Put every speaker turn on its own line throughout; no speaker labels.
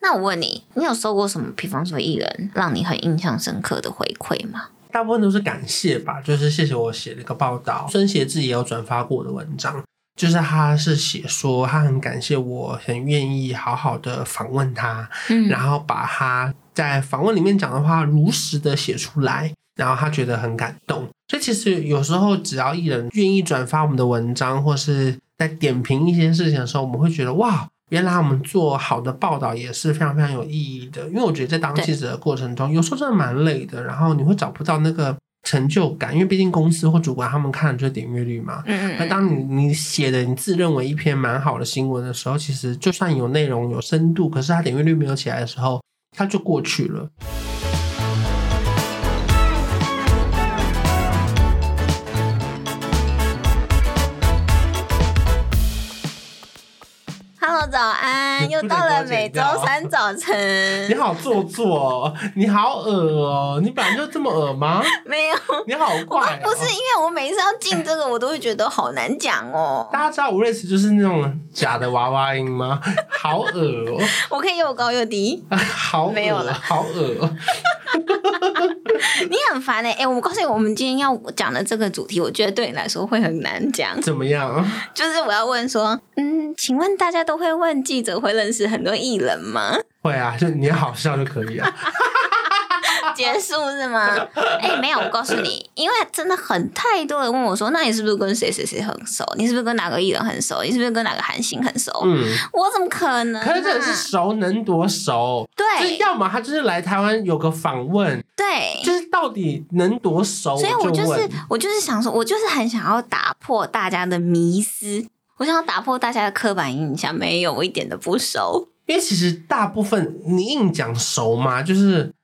那我问你，你有收过什么？比方说艺人让你很印象深刻的回馈吗？
大部分都是感谢吧，就是谢谢我写了一个报道，孙协志也有转发过我的文章，就是他是写说他很感谢我，很愿意好好的访问他，
嗯
然后把他在访问里面讲的话如实的写出来，然后他觉得很感动。所以其实有时候只要艺人愿意转发我们的文章，或是在点评一些事情的时候，我们会觉得哇，原来我们做好的报道也是非常非常有意义的。因为我觉得在当
对
记者的过程中，有时候真的蛮累的，然后你会找不到那个成就感，因为毕竟公司或主管他们看的就是点阅率嘛。
嗯
那当你你写的你自认为一篇蛮好的新闻的时候，其实就算有内容有深度，可是它点阅率没有起来的时候，它就过去了。
Hello，早安，又到了每周三早晨
啊你。好做作、哦，你好恶哦，你本来就这么恶吗？
没有，
你好怪、哦，
不是因为我每次要进这个，我都会觉得好难讲哦。
大家知道吴瑞慈就是那种假的娃娃音吗？好恶哦，哎
我可以又高又低，
嗯好恶
没有啦
好恶哦。
你很烦哎、欸！哎、我告诉你，我们今天要讲的这个主题，我觉得对你来说会很难讲。
怎么样？
就是我要问说，嗯，请问大家都会问记者会认识很多艺人吗？
会啊，就你好笑就可以啊。
结束是吗？ 哎、没有，我告诉你，因为真的很太多人问我说，那你是不是跟谁谁谁很熟？你是不是跟哪个艺人很熟？你是不是跟哪个韩星很熟？
嗯，
我怎么可能、啊？
可是这是熟能多熟？就是
对
要么他就是来台湾有个访问，
对，
就是到底能多熟？
所以我就
就
是
问
我就是想说，我就是很想要打破大家的迷思，我想要打破大家的刻板印象。没有，我一点都不熟。
因为其实大部分你硬讲熟嘛，就是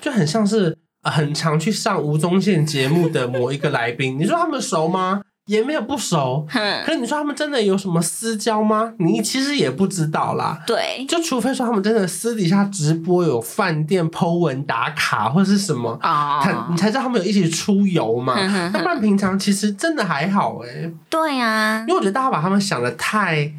就很像是呃很常去上吴宗宪节目的某一个来 宾，你说他们熟吗？也没有不熟。
哼，
可是你说他们真的有什么私交吗？你其实也不知道啦。
对，
就除非说他们真的私底下直播有饭店 Po 文打卡或是什么，才
哦
你，才知道他们有一起出游嘛。
哼哼
那不然平常其实真的还好哎、
对啊
因，为我觉得大家把他们想的太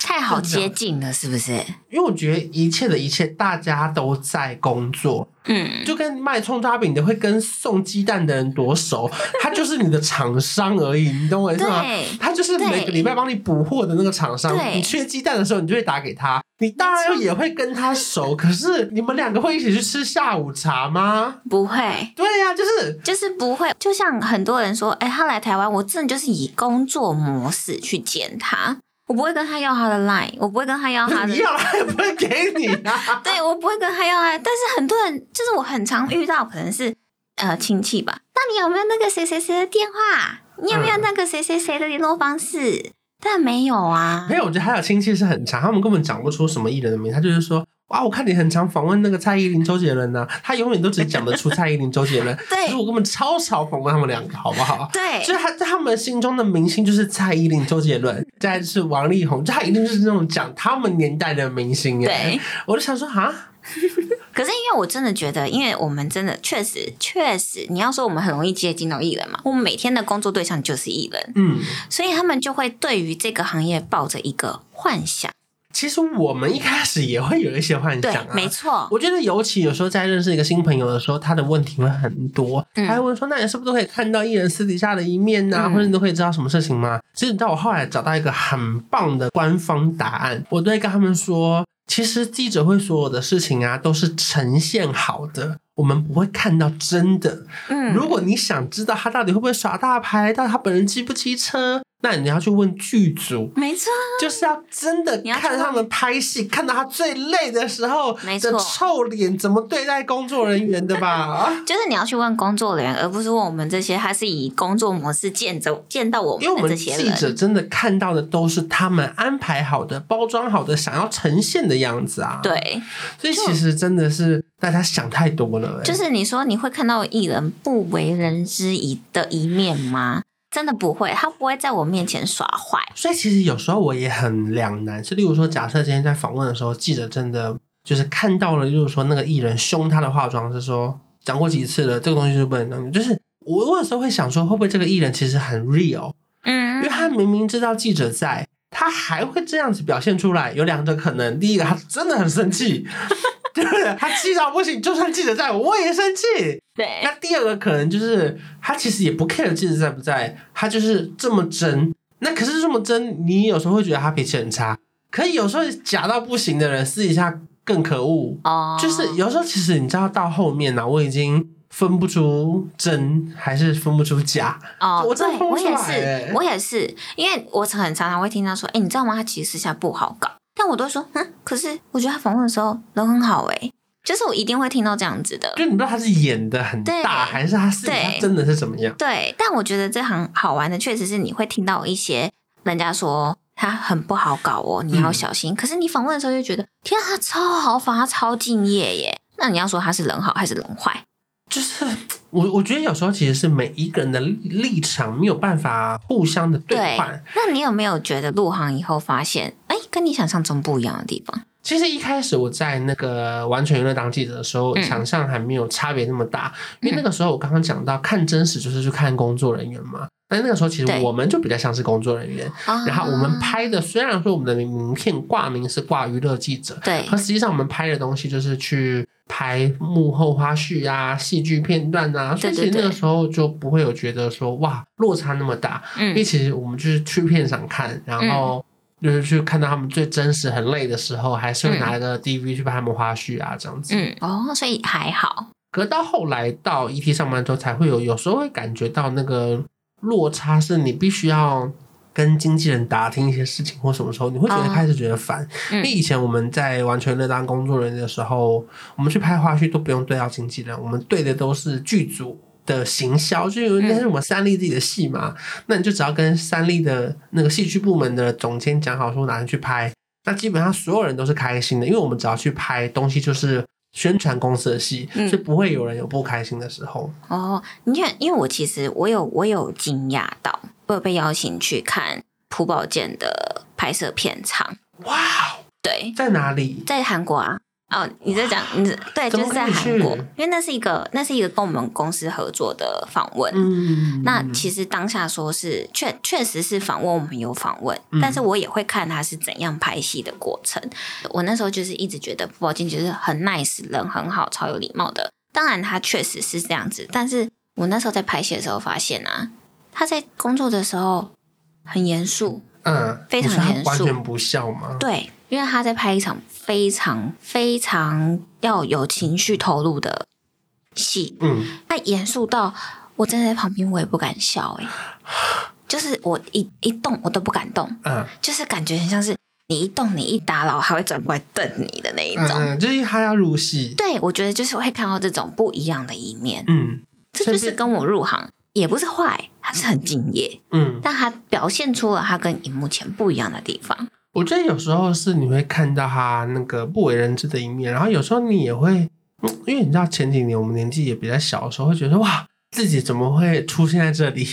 太好
啊
接近了，是不是？
因为我觉得一切的一切，大家都在工作，
嗯，
就跟卖葱抓饼的会跟送鸡蛋的人多熟，他就是你的厂商而已，你懂我意思吗？
对
他就是每个礼拜帮你补货的那个厂商
对，
你缺鸡蛋的时候，你就会打给他，你当然也会跟他熟。可是你们两个会一起去吃下午茶吗？
不会。
对呀、就是
就是不会，就像很多人说，哎、他来台湾，我真的就是以工作模式去见他，我不会跟他要他的 line，我不会跟他要 他的
你要他也不会给你啊。
对我不会跟他要爱，但是很多人就是我很常遇到，可能是呃亲戚吧。那你有没有那个谁谁谁的电话？你有没有
嗯
那个谁谁谁的联络方式？但没有 啊
没，有，我觉得还有亲戚是很长，他们根本讲不出什么艺人的名，他就是说。哇！我看你很常访问那个蔡依林、周杰伦呐、他永远都只讲得出蔡依林、周杰伦。
对
可是我根本超少访问他们两个，好不好？
对
就是他在他们心中的明星就是蔡依林、周杰伦，再是王力宏，就他一定是那种讲他们年代的明星耶
对。
我就想说啊，
可是因为我真的觉得，因为我们真的确实确实，你要说我们很容易接近到艺人嘛，我们每天的工作对象就是艺人，
嗯，
所以他们就会对于这个行业抱着一个幻想。
其实我们一开始也会有一些幻
对
想啊，，
没错，
我觉得尤其有时候在认识一个新朋友的时候，他的问题会很多，
嗯
他会问说：“那你是不是都可以看到艺人私底下的一面呐、
嗯
或者你都可以知道什么事情吗？”其实你知道，我后来找到一个很棒的官方答案，我都会跟他们说，其实记者会所有的事情啊，都是呈现好的。我们不会看到真的。
嗯，
如果你想知道他到底会不会耍大牌，到底他本人骑不骑车，那你要去问剧组，
没错，
就是要真的
你要
看
知道
他们拍戏，看到他最累的时候，
没错？
的臭脸怎么对待工作人员的吧
就是你要去问工作人员，而不是问我们这些还是以工作模式见着见到我
因为我
们的
们
这些
记
人。
者真的看到的都是他们安排好的、包装好的、想要呈现的样子啊。，
对，
所以其实真的是大家想太多了、欸。
就是你说你会看到艺人不为人知一的一面吗？真的不会，他不会在我面前耍坏。
所以其实有时候我也很两难，是例如说，假设今天在访问的时候，记者真的就是看到了，例如说那个艺人凶他的化妆，是说讲过几次了，这个东西是不能弄。就是我我有时候会想说，会不会这个艺人其实很 real，因为
嗯，
他明明知道记者在，他还会这样子表现出来，有两个可能：第一个，他真的很生气， 对不对？他气到不行，就算记者在，我也生气。
对
那第二个可能就是他其实也不 care 记者在不在，他就是这么真。那可是这么真，你有时候会觉得他脾气很差，可以有时候假到不行的人，私底下更可恶。
哦，
就是有时候其实你知道到后面呢、我已经分不出真还是分不出假。
哦，
我真
对
的分不
我
出
也
来
是
欸，
我也是，因为我很常常会听他说，哎、你知道吗？他其实私下不好搞，但我都会说，嗯，可是我觉得他访问的时候人很好、欸，就是我一定会听到这样子的。
就你不知道他是演的很大，
对
还是他私底下
对
真的是怎么样。
对，但我觉得这行好玩的，确实是你会听到一些人家说他很不好搞哦，你
嗯
要小心。可是你访问的时候就觉得，天啊，他超好访，他超敬业耶。那你要说他是人好还是人坏？
就是我我觉得有时候其实是每一个人的立场没有办法互相的兑
对
换。
那你有没有觉得入行以后发现，哎、跟你想象中不一样的地方？
其实一开始我在那个完全娱乐当记者的时候，
嗯
想象还没有差别那么大，因为那个时候我刚刚讲到看真实就是去看工作人员嘛。但那个时候其实
对
我们就比较像是工作人员，
啊
然后我们拍的虽然说我们的名片挂名是挂娱乐记者，
对
可实际上我们拍的东西就是去拍幕后花絮啊、戏剧片段啊，所以
对
其
对
实那个
对
时候就不会有觉得说哇落差那么大，因为
嗯
其实我们就是去片场看，然后就是去看到他们最真实、很累的时候，还是会拿个 DV 去拍他们花絮啊这样子。
嗯哦，所以还好。
可到后来到 ET 上班之后，才会有有时候会感觉到那个落差，是你必须要跟经纪人打听一些事情或什么时候，你会觉得
哦
开始觉得烦。
嗯
因为以前我们在完全乐当工作人员的时候，我们去拍花絮都不用对到经纪人，我们对的都是剧组。的行销，就
嗯
因为那是我们三立自己的戏嘛，那你就只要跟三立的那个戏剧部门的总监讲好，说哪天去拍，那基本上所有人都是开心的，因为我们只要去拍东西，就是宣传公司的戏，
嗯
所以不会有人有不开心的时候。
哦，你看，因为我其实我有我有惊讶到，我有被邀请去看朴宝剑的拍摄片场，
哇，哦
对，
在哪里？
在韩国啊。哦，你在讲你对，
怎
就
么
是在
可以
韩国
去，
因为那是一个那是一个跟我们公司合作的访问。
嗯，
那其实当下说是确确实是访问，我们有访问，
嗯
但是我也会看他是怎样拍戏的过程。我那时候就是一直觉得傅宝剑就是很 nice，人很好，超有礼貌的。当然他确实是这样子，但是我那时候在拍戏的时候发现啊，他在工作的时候很严肃，
嗯，
非常
你说他
严肃
完全不笑吗？
对，因为他在拍一场非常非常要有情绪投入的戏，
嗯，
他严肃到我站在旁边，我也不敢笑、欸，就是我一一动我都不敢动，
嗯
就是感觉很像是你一动你一打扰，还会转过来瞪你的那一
嗯
种。
嗯，就是他要入戏，
对，我觉得就是会看到这种不一样的一面，
嗯
这就是跟我入行也不是坏，他是很敬业，
嗯，
但他表现出了他跟荧幕前不一样的地方。
我觉得有时候是你会看到他那个不为人知的一面，然后有时候你也会，嗯因为你知道前几年我们年纪也比较小的时候，会觉得哇，自己怎么会出现在这里？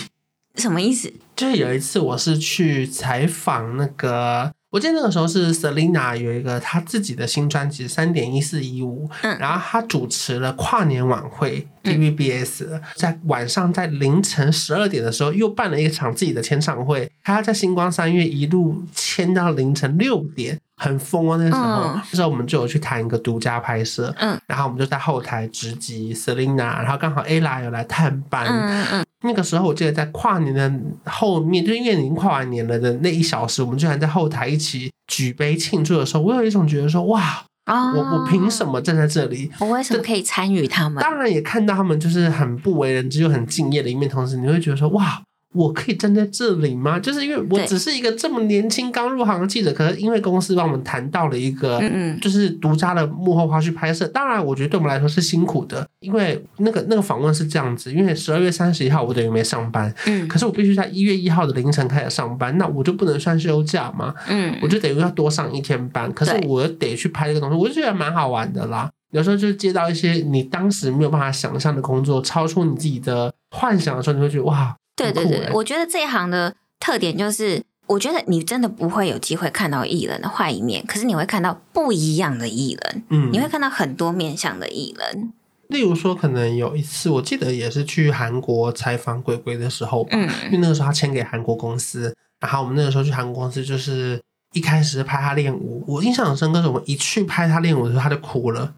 什么意思？
就是有一次我是去采访那个，我记得那个时候是 Selina 有一个她自己的新专辑三点一四一五，
嗯
然后她主持了跨年晚会 TVBS，、在晚上在凌晨十二点的时候又办了一场自己的签唱会，她在星光三月一路签到凌晨六点。很疯哦，那个时候，
嗯
那时候我们就有去谈一个独家拍摄，
嗯，
然后我们就在后台直击 Selina，然后刚好 Ella 有来探班，
嗯嗯
那个时候我记得在跨年的后面，就是因为已经跨完年了的那一小时，我们居然在后台一起举杯庆祝的时候，我有一种觉得说，哇，
嗯，哦
我我凭什？么站在这里？
我为什么可以参与他们？
当然也看到他们就是很不为人知又很敬业的一面，同时你会觉得说，哇，我可以站在这里吗？就是因为我
对
只是一个这么年轻刚入行的记者，可是因为公司帮我们谈到了一个
嗯嗯，
就是独家的幕后花絮拍摄。当然，我觉得对我们来说是辛苦的，因为那个那个访问是这样子，因为十二月三十一号我等于没上班，
嗯
可是我必须在一月一号的凌晨开始上班，那我就不能算休假嘛，
嗯
我就等于要多上一天班，可是
对
我又得去拍这个东西，我就觉得蛮好玩的啦。有时候就接到一些你当时没有办法想象的工作，超出你自己的幻想的时候，你会觉得哇，
对
很
对
酷
对，
欸
对我觉得这一行的特点就是，我觉得你真的不会有机会看到艺人的坏一面，可是你会看到不一样的艺人，
嗯，
你会看到很多面向的艺人。
例如说，可能有一次我记得也是去韩国采访鬼鬼的时候吧，因
嗯
为那个时候他签给韩国公司，然后我们那个时候去韩国公司，就是一开始是拍他练舞，我印象很深刻，是我们一去拍他练舞的时候，他就哭了，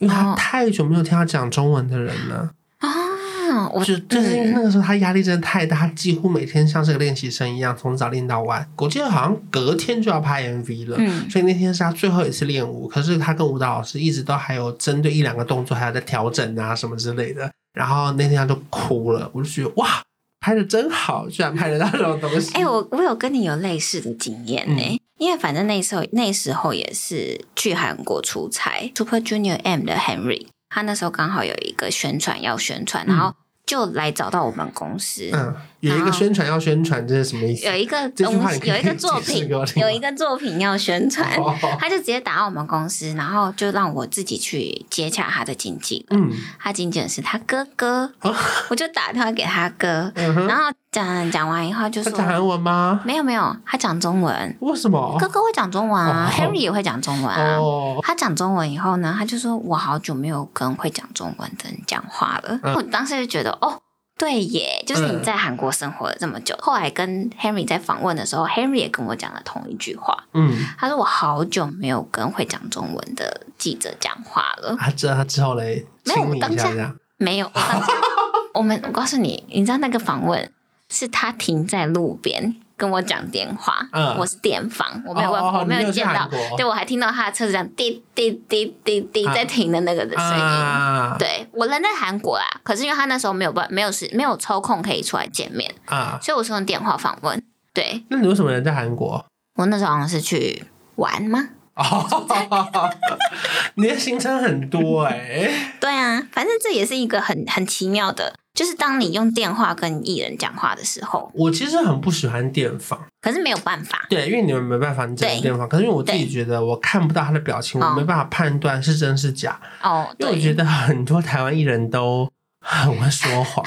因为他
哦
太久没有听他讲中文的人了。
啊，我
就就是因为那个时候他压力真的太大，他几乎每天像是个练习生一样，从早练到晚。我记得好像隔天就要拍 MV 了，
嗯
所以那天是他最后一次练舞。可是他跟舞蹈老师一直都还有针对一两个动作还有在调整啊什么之类的。然后那天他就哭了，我就觉得哇，拍的真好，居然拍得到这种东西。
哎、我我有跟你有类似的经验呢、
嗯
因为反正那时候那时候也是去韩国出差，Super Junior M 的 Henry，他那时候刚好有一个宣传要宣传，然后就来找到我们公司，
嗯，有一个宣传要宣传，这是什么意思？
有一个
这句
东
话
西
你，可以
有一个作
解释
品
给我，听吗
有一个作品要宣传，
哦
他就直接打到我们公司，然后就让我自己去接洽他的经纪人，
嗯
他经纪人是他哥哥，
哦
我就打电话给他哥，
嗯哼，
然后讲讲完以后就
他
说
讲韩文吗？
没有没有，他讲中文。
为什么
哥？哥会讲中文啊、
哦
h e n r y 也会讲中文啊。
哦，
他讲中文以后呢，他就说：“我好久没有跟会讲中文的人讲话了。
嗯
我当时就觉得，哦，对耶，就是你在韩国生活了这么久。后来跟 Henry 在访问的时候，Henry 也跟我讲了同一句话，
嗯，
他说：“我好久没有跟会讲中文的记者讲话了。
啊，这他之后嘞，
没有
亲你一
当
下
下
这样。”
没有，我当 时我们我告诉你，你知道那个访问是他停在路边跟我讲电话，
嗯
我是电访，我没有
哦
办
哦
法，
哦
我没
你
有
有去
见到
韩国，
对我还听到他的车子这样滴滴滴滴滴
啊
在停的那个的声音。
啊
对我人在韩国啦，可是因为他那时候没有办没有时没有抽空可以出来见面，
啊！
所以我是用电话访问。对
那你为什么人在韩国？
我那时候好像是去玩吗？
哦， 你的行程很多哎、
对啊，反正这也是一个很很奇妙的，就是当你用电话跟艺人讲话的时候，
我其实很不喜欢电访，
可是没有办法。
对，因为你们没办法你只能
对
电访，可是因为我自己
对
觉得我看不到他的表情，我
哦
没办法判断是真是假，
哦，
因为我觉
对，
得很多台湾艺人都很会 说谎。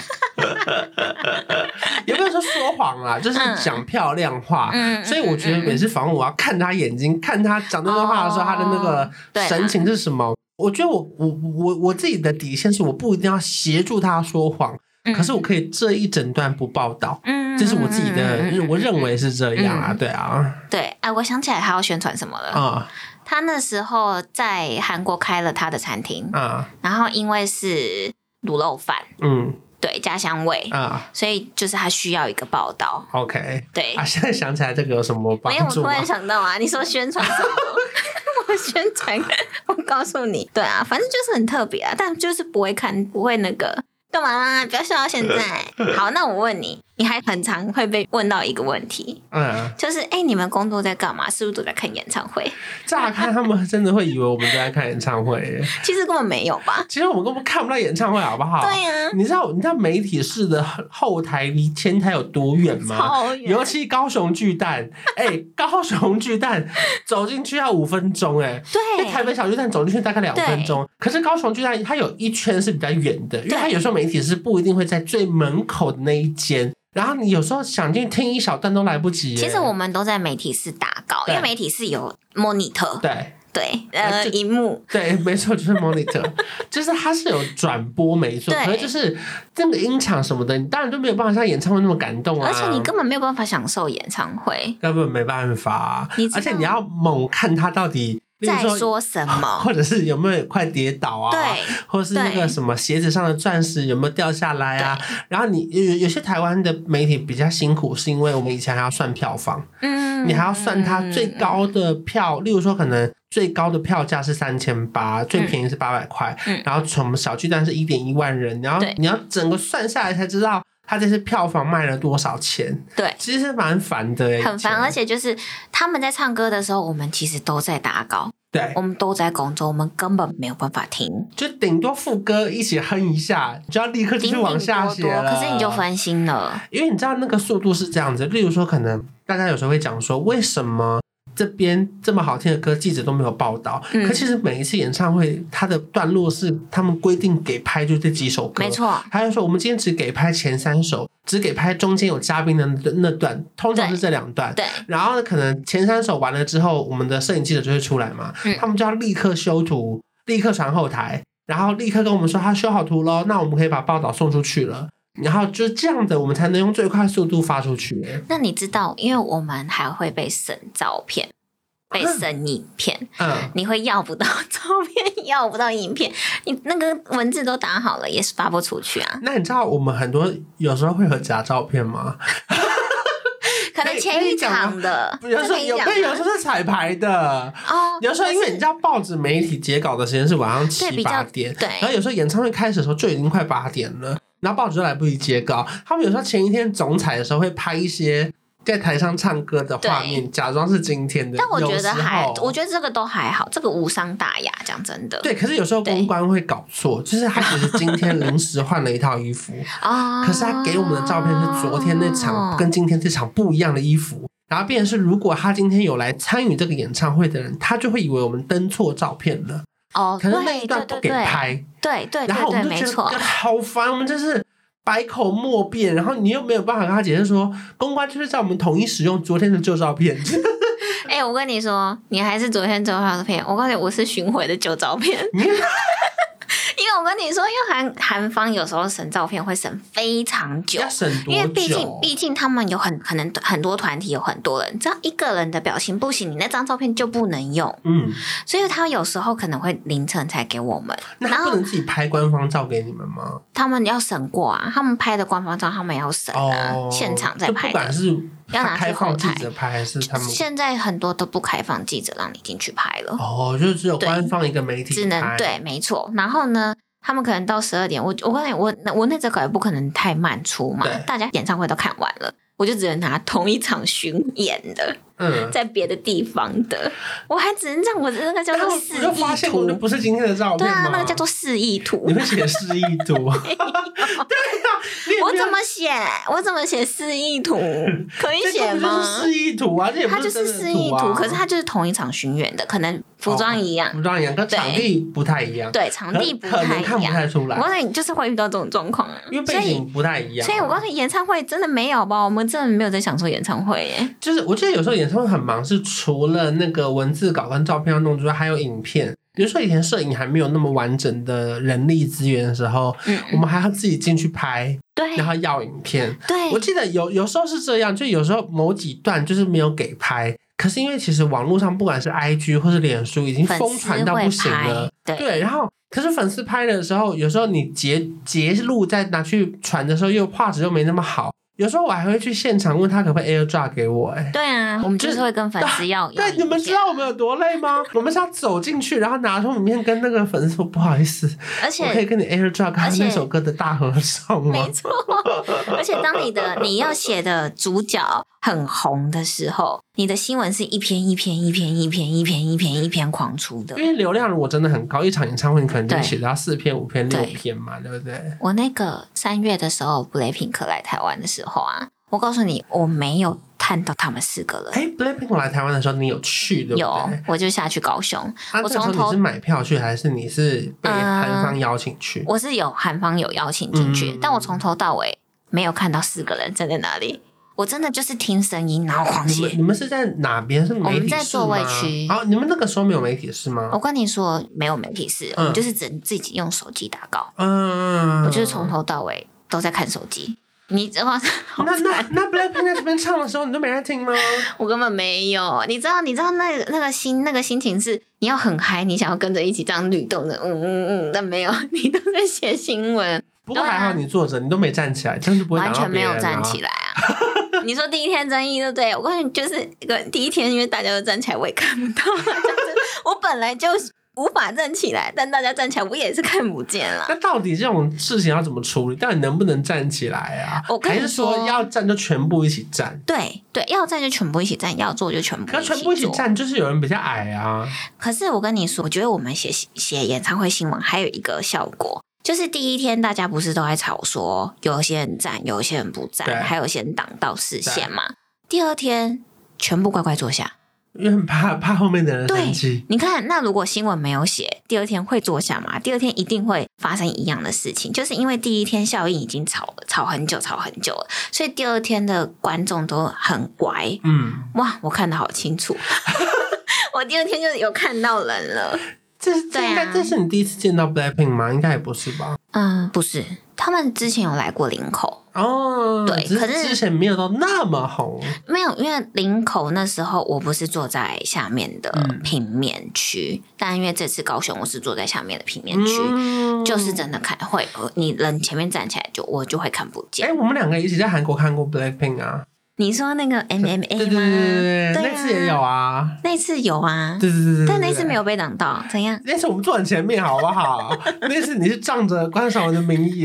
也不能说说谎啦，就是
嗯
讲漂亮话。
嗯
所以我觉得每次访问，我要看他眼睛，看他讲那段话的时候，
哦
他的那
对啊啦
个神情是什么。我觉得我我我我自己的底线是，我不一定要协助他说谎，
嗯
可是我可以这一整段不报道，
嗯
这是我自己
嗯嗯
的
嗯，嗯嗯
我认为是这样啊，对啊，
对，哎，我想起来他要宣传什么了。
啊
他那时候在韩国开了他的餐厅，
啊
然后因为是卤肉饭，
嗯
对家乡味，
啊
所以就是他需要一个报道。
，OK
对，
啊，现在想起来这个有什么帮
哎没有，我
助
突
吗？
然想到啊，你说宣传 什么？我宣传，我告诉你，对啊，反正就是很特别啊，但就是不会看，不会那个。干嘛啦？不要笑到现 在。好，那我问你，你还很常会被问到一个问题，
嗯，
就是哎、你们工作在干嘛？是不是都在看演唱会？
乍看他们真的会以为我们都在看演唱会 耶，
其实根本没有吧？
其实我们根本看不到演唱会，好不好？
对啊呀、
你知道你知道媒体室的后台离前台有多远吗？
超远
尤其高雄巨蛋，哎、高雄巨蛋走进去要五分钟、哎。因为台
对，
北小巨蛋走进去大概两分钟，可是高雄巨蛋它有一圈是比较远的，因为它有时候媒体是不一定会在最门口的那一间，然后你有时候想进去听一小段都来不及、哎
其实我们都在媒体室打稿，
对
因为媒体室有 monitor，
对
对，
啊
呃，
这
荧幕，
对， 没错，就是 monitor，就是它是有转播没错，
对
可是就是那个音场什么的，你当然就没有办法像演唱会那么感动啊，
而且你根本没有办法享受演唱会
根本没办法、啊
你知道
而且你要猛看他到底，例
在
如说，
说什么。
或者是有没有快跌倒啊，
对，
或者是那个
对
什么鞋子上的钻石有没有掉下来啊？然后你有有些台湾的媒体比较辛苦，是因为我们以前还要算票房，
嗯，
你还要算它最高的票，例如说可能最高的票价是三千八，最便宜是八百块
嗯，
然后从小巨蛋是一点一万人，然后
对
你要整个算下来才知道它这次票房卖了多少钱，
对，
其实是蛮烦的耶，
很烦。而
且
且就是他们在唱歌的时候，我们其实都在打稿，
对
我。们都在工作，我们根本没有办法听。
就顶多副歌一起哼一下，你就要立刻继
顶
续
顶
往
多
下
多，
写了。
可是你就分心了。
因为你知道那个速度是这样子，例如说，可能大家有时候会讲说，为什么这边这么好听的歌记者都没有报道？
嗯
可其实每一次演唱会，它的段落是他们规定给拍就这几首歌，
没。错，
还有说，我们今天只给拍前三首，只给拍中间有嘉宾的那那段，通常是这两段。
对，
然后呢，可能前三首完了之后，我们的摄影记者就会出来嘛，
嗯
他们就要立刻修图，立刻传后台，然后立刻跟我们说他修好图喽，那我们可以把报道送出去了。然后就这样的，我们才能用最快速度发出去。
那你知道，因为我们还会被审照片，
啊
被审影片，
嗯，
你会要不到照片， 要不到影片，你那个文字都打好了，也是发不出去啊。
那你知道我们很多有时候会有假照片吗？
可能前一场的，
啊有时候有，
可
对，
以
有
讲
时
吗
候是彩排的。
哦，
有时候，因为你
可
知
是
道报纸媒体截稿的时间是晚上
对
七
比较
八点，
对
然后有时候演唱会开始的时候就已经快八点了，然后报纸就来不及截稿。他们有时候前一天总彩的时候会拍一些在台上唱歌的画面，假装是今天的。
但我觉
有时
得
候
还，我觉得这个都还好，这个无伤大雅。讲真的，
对，可是有时候公关会搞错，就是他只是今天临时换了一套 衣服，
啊，
可是他给我们的照片是昨天那
哦
场跟今天这场不一样的衣服。然后，变成是如果他今天有来参与这个演唱会的人，他就会以为我们登错照片了，
哦，
可是那
对
一段不
对
给
对
拍。
对对对
然后我
对，
们就
没
觉得
错
干，好烦，我们就是百口莫辩，然后你又没有办法跟他解释说，公关就是叫我们统一使用昨天的旧照片，
哎、我跟你说，你还是昨天旧照片。我告诉你，我是巡回的旧照片， 因为我跟你说，因为韩韩方有时候审照片会审非常久
要。审多久？
因为毕竟，毕竟他们有很可能很多团体有很多人，只要一个人的表情不行，你那张照片就不能用，
嗯，
所以他有时候可能会凌晨才给我们。
那
然
他
后
不能自己拍官方照给你们吗？
他们要审过啊，他们拍的官方照他们也要审啊，
哦，
现场再
就
拍
不管
的。
是
要拿去
开放
后
记
台
者拍还是他们。
现在很多都不开放记者让你进去拍了。
哦，就只有
对
官方一个媒体
只能
拍，
对，没错。然后呢，他们可能到十二点，我我告诉你，我那我那则稿也不可能太慢出嘛
对，
大家演唱会都看完了。我就只能拿同一场巡演的，
嗯，
在别的地方的，我还只能让我的那个叫
然后
做
我
示
就发
意
现我们就
图，
不是今天的照
对
片
啊
嘛，
那个叫做示意图
你。会写示意图， 对呀，你也
我
没有
怎么写？我怎么写示意 图？可以
这
写
根本
吗
就是？示意图啊，这也不
它就是
真的
示意图，
啊
可是它就是同一场巡演的，可能服装一样，
服装一样，跟场地不太一样，
对，场
可
地不
可
太
能看
一
不
样。
太出
我告
来，
诉你，就是会遇到这种状况啊，
因为
所
背
以。
景不太一样。啊
所以我告诉你，演唱会真的没有吧？我们真的没有在享受演唱会耶。
就是我记得有时候演唱会很忙，是除了那个文字稿跟照片要弄之外，还有影片。比如说以前摄影还没有那么完整的人力资源的时候，我
嗯，哎
们还要自己进去拍，
对
然后要影片。我
对
记得有有时候是这样，就有时候某几段就是没有给拍，可是因为其实网络上不管是 IG 或是脸书已经
粉
疯
丝
传到
会
不行了
拍，，对
对，然后可是粉丝拍的时候，有时候你截截录再拿去传的时候，又画质又没那么好。有时候我还会去现场问他可不可以 AirDrop 给我、哎，
对啊，我们就是会跟粉丝要。要
对，你们
意
知
见
道我们有多累吗？我们是要走进去，然后拿出里面跟那个粉丝说不好意思，
而
我可以
且
跟你 AirDrop 他
而且
那首歌的大合唱吗
没？错，而且当你的你要写的主角很红的时候，你的新闻是一篇一篇一篇一篇一篇一篇一篇狂出的
因。为流量如果真的很高，一场演唱会你可能就
对
写到四篇、五篇、六
对
篇嘛，对不对？
我那个三月的时候，布雷平克来台湾的时候啊，我告诉你，我没有看到他们四个人。
哎，Blackpink 来台湾的时候你有去对不对？
有，我就下去高雄，我
啊，那个时候
从头
你是买票去还是你是被
嗯
韩方邀请去？
我是有韩方有邀请进去，
嗯
但我从头到尾没有看到四个人站在哪里，我真的就是听声音然后狂
啊你们
写。
你们是在哪边？是
哦我
媒体室吗
们在座位区哦
哦，你们那个时候没有媒体室吗
我？跟你说，没有媒体室，
嗯
我们就是只能自己用手机打稿，
嗯，
我就是从头到尾都在看手机。你知道，
那那那 Blackpink 在这边唱的时候，你都没在 听吗？
我根本没有。你知道，你知道那那个心那个心情是你要很嗨，你想要跟着一起这样律动的，嗯嗯嗯，但没有， 你都在写新闻，
不过还好你坐着，你都没站起来，这样就不会打
完
到
全没
别人啊
有站起来啊！ 你说第一天争议对不对？我告诉你，就是一个第一天，因为大家都站起来，我也看不到，啊 就是我本来就无法站起来，但大家站起来，我也是看不见了。
那到底这种事情要怎么处理？到底能不能站起来啊？
我跟你
还是说
说
要站就全部一起站？
对对，要站就全部一起站，要坐就全部
可全部一起
做。
站，就是有人比较矮啊。
可是我跟你说，我觉得我们写写演唱会新闻还有一个效果，就是第一天大家不是都在吵说有些人站，有些人不
对
站，还有些人挡到视线嘛。第二天全部乖乖坐下。
因为很怕怕后面的人
对
生气，
你看，那如果新闻没有写，第二天会坐下吗？第二天一定会发生一样的事情，就是因为第一天效应已经吵了，吵很久，吵很久了，所以第二天的观众都很乖。
嗯，
哇，我看的好清楚，我第二天就有看到人了。
这是这
对啊
应该这是你第一次见到 Blackpink 吗？应该也不是吧？
嗯，不是，他们之前有来过林口，
哦，
对
只
可是
之前没有到那么红，
没有，因为林口那时候我不是坐在下面的
嗯
平面区，但因为这次高雄我是坐在下面的平面区，
嗯
就是真的看会，呃你人前面站起来就我就会看不
哎、
见。
我们两个一起在韩国看过 Blackpink 啊，
你说那个 MMA 吗？
对对对对对，
对啊
那次也有啊，
那次有啊，
对对对对，
但那次没
有。
有被挡到，怎 样？
那次我们坐很前面，好不好？那次你是仗着观赏我的名义，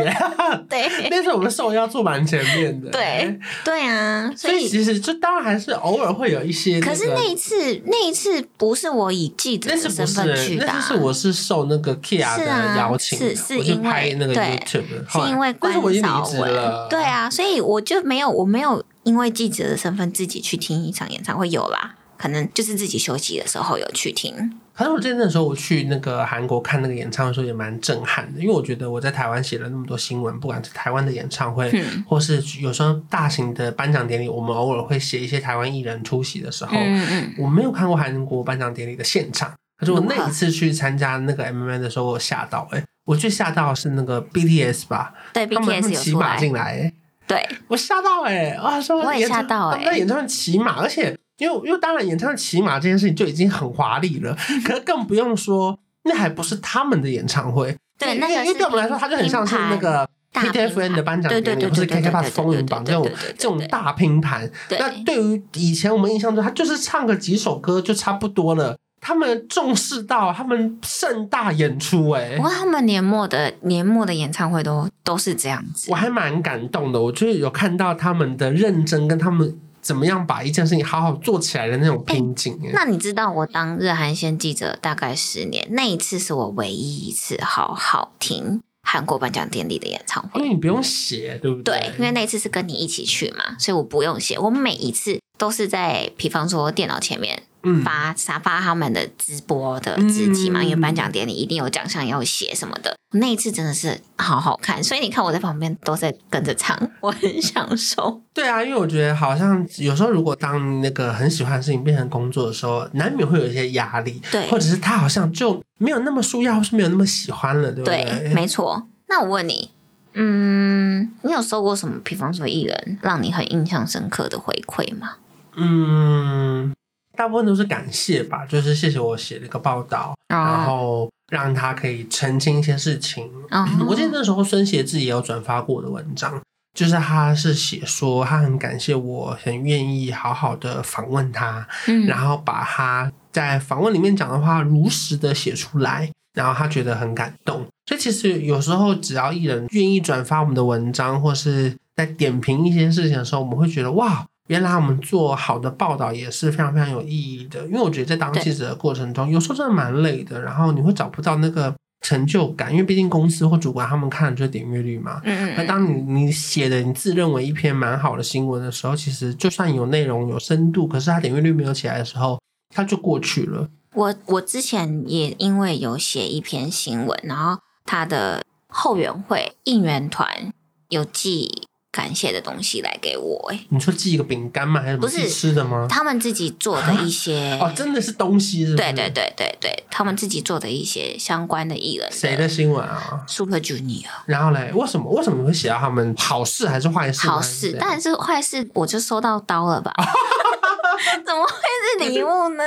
对
那次我们受邀坐蛮前面的。
对，对啊，所
所以
以。
其实就当然还是偶尔会有一些、
可是那一次，那一次不是我以记者
那次
的身
不是
份去，的啊、
那次是我是受那个 Kia
是
的
啊
邀请，
是是
我去
因为
拍那个
对
YouTube，
是因为
但
关
是我已经
少
离职
文
了，，
对，啊，所以我就没有，我没有因为记者的身份自己去听一场演唱会，有啦，可能就是自己休息的时候有去听，
可是我记得那时候我去那个韩国看那个演唱会的时候也蛮震撼的，因为我觉得我在台湾写了那么多新闻，不管是台湾的演唱会，
嗯
或是有时候大型的颁奖典礼，我们偶尔会写一些台湾艺人出席的时候，
嗯嗯，
我没有看过韩国颁奖典礼的现场。可是我那一次去参加那个 M M 的时候，我有吓到哎、欸我最吓到的是那个 B T S 吧，
对
他们
，BTS
他们
有
骑
出
马
来，
进来、欸
对，
我吓到哎、欸，啊，说
我也
演唱
吓到欸
他们在演唱会骑马，而且因为因为当然演唱会骑马这件事情就已经很华丽了，可是更不用说那还不是他们的演唱会，
对，
因为
那个
因为因为
是
对我们来说，它就很像是那个
大拼
PTFN 的
盘
颁奖
对对
典礼，
对
不是
对对
KK Bus
对对
风云
对
榜这
对
种
对对对
这种
对
大拼盘。
对
那对于以前我们印象中，他就是唱个几首歌就差不多了。他们重视到他们盛大演出、欸，
不过他们年末的年末的演唱会都都是这样子
我，还蛮感动的。我就是有看到他们的认真，跟他们怎么样把一件事情好好做起来的那种拼劲、欸。
那你知道我当日韩线记者大概十年，那一次是我唯一一次好好听韩国颁奖典礼的演唱会。
因为你不用写，对不
对，因为那一次是跟你一起去嘛，所以我不用写。我每一次都是在，比方说电脑前面
嗯，
发沙发他们的直播的日记嘛，
嗯
因为颁奖典礼一定有奖项要写什么的。那一次真的是好好看，所以你看我在旁边都在跟着唱，我很享 受。
对啊，因为我觉得好像有时候，如果当那个很喜欢的事情变成工作的时候，难免会有一些压力，
对
或者是他好像就没有那么舒压，或是没有那么喜欢了，对不
对，没错。那我问你，嗯，你有收过什么？比方说艺人让你很印象深刻的回馈吗？
嗯，大部分都是感谢吧，就是谢谢我写了一个报道，然
哦，
后让他可以澄清一些事情。
哦
我记得那时候孙协志也有转发过我的文章，就是他是写说他很感谢我，很愿意好好的访问他，
嗯
然后把他在访问里面讲的话如实的写出来，然后他觉得很感动。所以其实有时候只要艺人愿意转发我们的文章，或是在点评一些事情的时候，我们会觉得哇。原来我们做好的报道也是非常非常有意义的，因为我觉得在当
对
记者的过程中，有时候真的蛮累的，然后你会找不到那个成就感，因为毕竟公司或主管他们看的就是点阅率嘛，
嗯
那
嗯，
当你你写的你自认为一篇蛮好的新闻的时候，其实就算有内容有深度，可是它点阅率没有起来的时候，它就过去了。
我我之前也因为有写一篇新闻，然后他的后援会应援团有寄感谢的东西来给我、欸，
你说寄一个饼干吗？还是什么
不是
寄吃的吗？
他们自己做的一些，
哦，真的是东西是不
对
是？
对。对对对，他们自己做的一些相关的艺人
谁的新闻啊？
Super Junior
然后嘞，为什么为什么你会写到他们好事还是坏事呢？
好
还
事
怎，样
但是坏事我就收到刀了吧？ 怎么 会是礼物呢？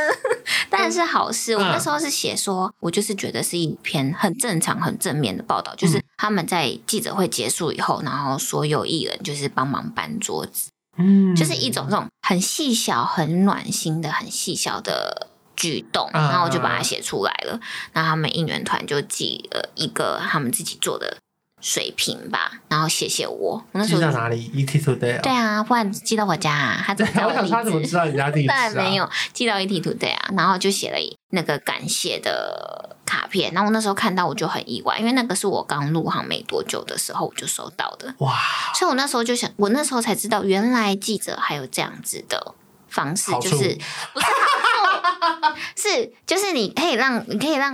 但
嗯
是好事，我那时候是写说，我就是觉得是一篇很正常、很正面的报道，就是
嗯
他们在记者会结束以后，然后所有艺人就是帮忙搬桌子，
嗯，
就是一种这种很细小、很暖心的、很细小的举动，
嗯
然后我就把它写出来了。那他们应援团就寄了一个他们自己做的水瓶吧，然后谢谢我。我那时
寄
候
到
就
哪里？ET Today 啊。
对啊，不然寄到我家、啊，他怎
对
么
啊
知道
我想说他怎
我
么
地
知
址？
道你家地 址
当然
啊？
没。有寄到一体图对啊，然后就写了那个感谢的卡片。然后我那时候看到我就很意外，因为那个是我刚入行没多久的时候我就收到的。
哇，
所以我那时候就想，我那时候才知道，原来记者还有这样子的方式，
好
就
处
是不是好处， 是就是你可以让你可以让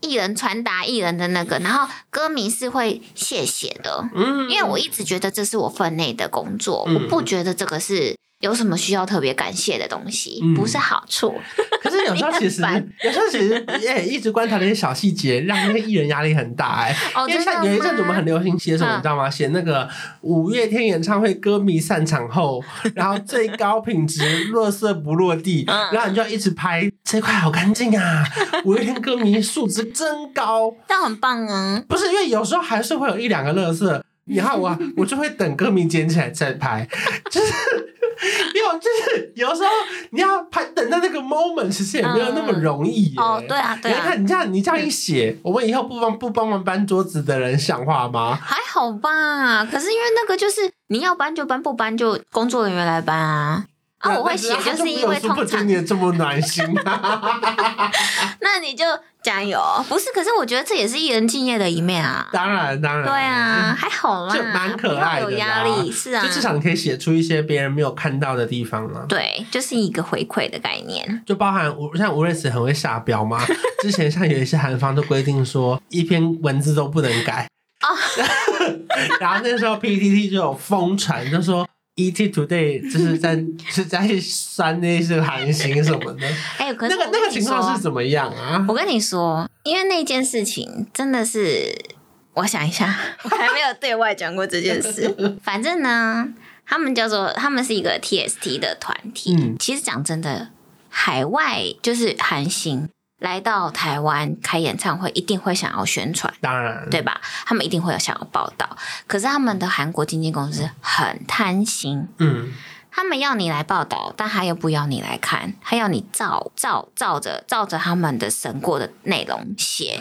艺人传达艺人的那个，然后歌迷是会谢谢的，
嗯，
因为我一直觉得这是我分内的工作，
嗯
我不觉得这个是有什么需要特别感谢的东西，
嗯
不是好 处。
可是有时候其实
你很烦，
有时候其实哎、一直观察那些小细节，让那个艺人压力很大哎、
哦，
因
真
为
的
像有一阵子我们
吗
很流行写什么，
嗯
你知道吗？写那个五月天演唱会歌迷散场后，然后最高品质落色不落地，
嗯
然后你就要一直拍这块好干净啊！五月天歌迷素质真高，
但很棒啊，
不是因为有时候还是会有一两个乐色，然 后我我就会等歌迷捡起来再拍，就是。因为我就是有时候你要拍等到那个 moment，其实也没有那么容易耶
哦，对啊，对
你
啊，
哎
嗯
看你这样，你这样一写，我们以后不帮不帮忙搬桌子的人像话吗？
还好吧。可是因为那个就是你要搬就搬，不搬就工作人员来搬啊。啊，
那
我会写，
那
就是因为
他
通
就
常
没有 Super Junior 这么暖心 啊！
那你就加油。不是，可是我觉得这也是艺人敬业的一面啊。
当然，当然，
对啊，还好啦，
就蛮可爱的啦
不要有压力，是啊
就，至少你可以写出一些别人没有看到的地方了。
对，就是一个回馈的概念。
就包含吴像吴瑞慈很会下 标嘛，之前像有一些韩方都规定说一篇文字都不能改
哦
然后那时候 PTT 就有疯传，就说 ET Today 就是在 是在删那些韩星什么的，
哎、可
那
是
个那个情况是
么？
怎么样啊？
我跟你说，因为那件事情真的是，我想一下， 我还没有对外讲过这件事。反正呢，他们叫做他们是一个 TST 的团体。
嗯
其实讲真的，海外就是韩星来到台湾开演唱会，一定会想要宣传。
当然，
对吧？他们一定会有想要报道，可是他们的韩国经纪公司很贪心，
嗯，
他们要你来报道，但他又不要你来看，他要你照照照着照着他们的审过的内容写，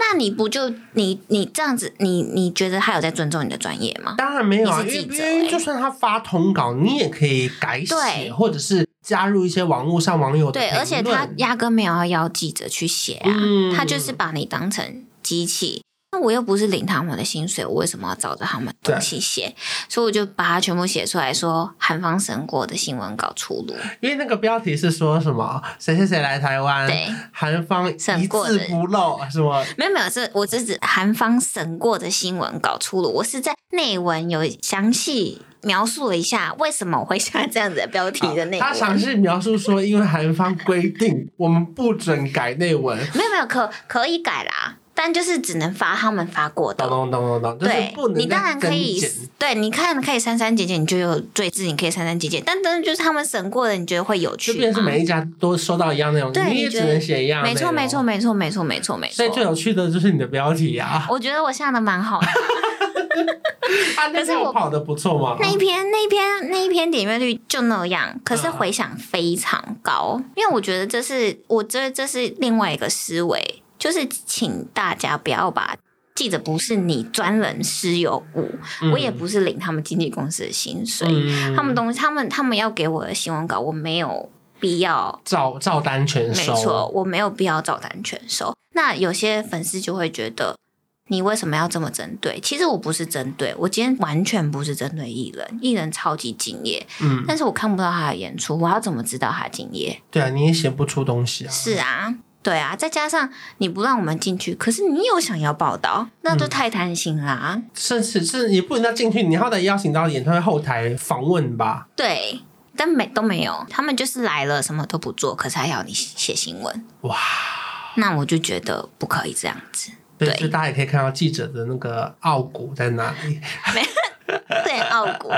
那你不就你你这样子，你你觉得他有在尊重你的专业吗？
当然没有啊，
你是
因
记
为
者
因为
欸
就算他发通稿，你也可以改写，
对
或者是加入一些网络上网友的
对，
评
而且他
论
压根没有要邀记者去写啊，
嗯
他就是把你当成机器。那我又不是领他们的薪水，我为什么要照着他们的东西写？所以我就把它全部写出来说，韩方神国的新闻稿出炉。
因为那个标题是说什么谁谁谁来台湾，
对，
韩方一
审
字
过的
不漏，什么
没有没有，是我是指韩方审过的新闻稿出炉。我是在内文有详细描述了一下为什么我会下这样子的标题的内
啊他详
文。
细描述说，因为韩方规定我们不准改内文，
没有没有，可可以改啦，但就是只能发他们发过的
咚。咚咚咚咚，就是
对
不，能
你当
再
然可
增
以
减。，
对，你看可以删删减减，你就有罪字，你可以删删减减，但真的就是他们审过的，你觉得会有
就
趣
变成
吗？
每一家都收到一样内容，
啊对
你也
你觉
只
得
能写一样内
没
容。
错，没错，没错，没错，没错，没
所以
错。
最有趣的就是你的标题啊，
我觉得我下的蛮好的，
啊，
可
那
是
篇
我
跑的不错嘛。
那一篇那一篇那一篇点阅率就那样，可
嗯
是回响非常高，因为我觉得这是我这这是另外一个思维，就是请大家不要把记者不是你专人私有物，
嗯
我也不是领他们经纪公司的薪水，
嗯
他们东西，他们他们要给我的新闻稿，我没有必要，
照照单全
没
收，
错，我没有必要照单全收。那有些粉丝就会觉得，你为什么要这么针对？其实我不是针对，我今天完全不是针对艺人，艺人超级敬业，
嗯，
但是我看不到他的演出，我要怎么知道他敬业？
对啊，你也写不出东西啊。
是啊。对啊，再加上你不让我们进去，可是你有想要报道，那就太贪心啦、
甚至是你不能再进去，你好歹邀请到演唱会后台访问吧。
对，但没都没有，他们就是来了什么都不做，可是还要你写新闻。
哇，
那我就觉得不可以这样子。
对，
对
就大家也可以看到记者的那个傲骨在哪里。
对，傲骨，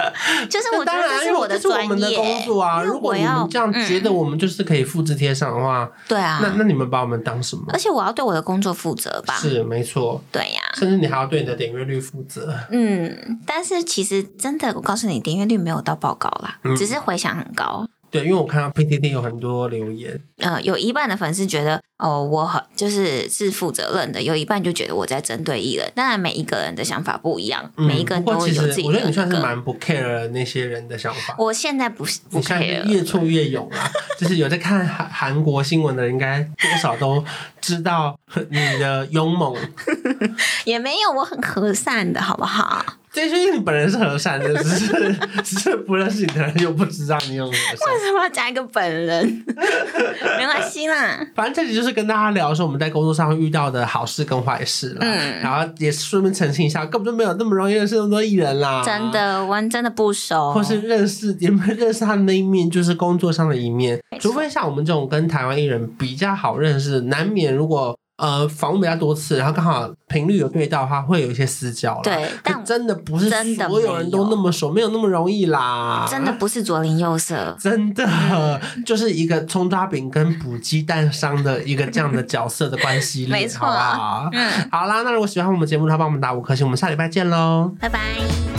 就是我觉
当
得这
然，因
是
为我
的
这是我
专
们的
业，
工作啊。
因为
如果
我
你
要
们这样觉得我们就是可以复制贴上的话，
嗯、对
那
啊，
那你们把我们当什么
而？且我要对我的工作负责吧？
是没错，
对呀、
甚至你还要对你的点阅率负责。
嗯，但是其实真的，我告诉你，点阅率没有到报告啦，
嗯
只是回响很高。
对，因为我看到 PTT 有很多留言，
呃，有一半的粉丝觉得哦，我很就是是负责任的，有一半就觉得我在针对艺人。当然，每一个人的想法不一样，
嗯
每一个人
不
都
过
会
其实
有自己
我觉得
的
你算是
那个。
蛮不 care 那些人的想法。
我现在不是不
你现
care
在
了
越挫越勇啦、就是有在看韩韩国新闻的人，应该多少都知道你的勇猛。
也没有，我很和善的好不好？
这就是因为你本人是和善的，只是只是不认识你的人就不知道你有和善。
为什么要加一个本人？ 没关系啦，
反正这里就是跟大家聊说我们在工作上遇到的好事跟坏事啦，
嗯
然后也顺便澄清一下，根本就没有那么容易认识那么多艺人啦，
真。的，我们真的不熟，
啊或是认识 也没有认识他的那一面，就是工作上的一面
没。错
除非像我们这种跟台湾艺人比较好认识，难免如果呃访问比较多次，然后刚好频率有对到的话，会有一些私交啦。
对，
可
但
真的不是
真的
所有人都那么熟，没有那么容易啦。
真的不嗯是左邻右舍，
真的就是一个葱抓饼跟补鸡蛋商的一个这样的角色的关系链，
没错
好不好？
嗯，
好啦，那如果喜欢我们节目的话，帮我们打五颗星，我们下礼拜见喽。
拜拜。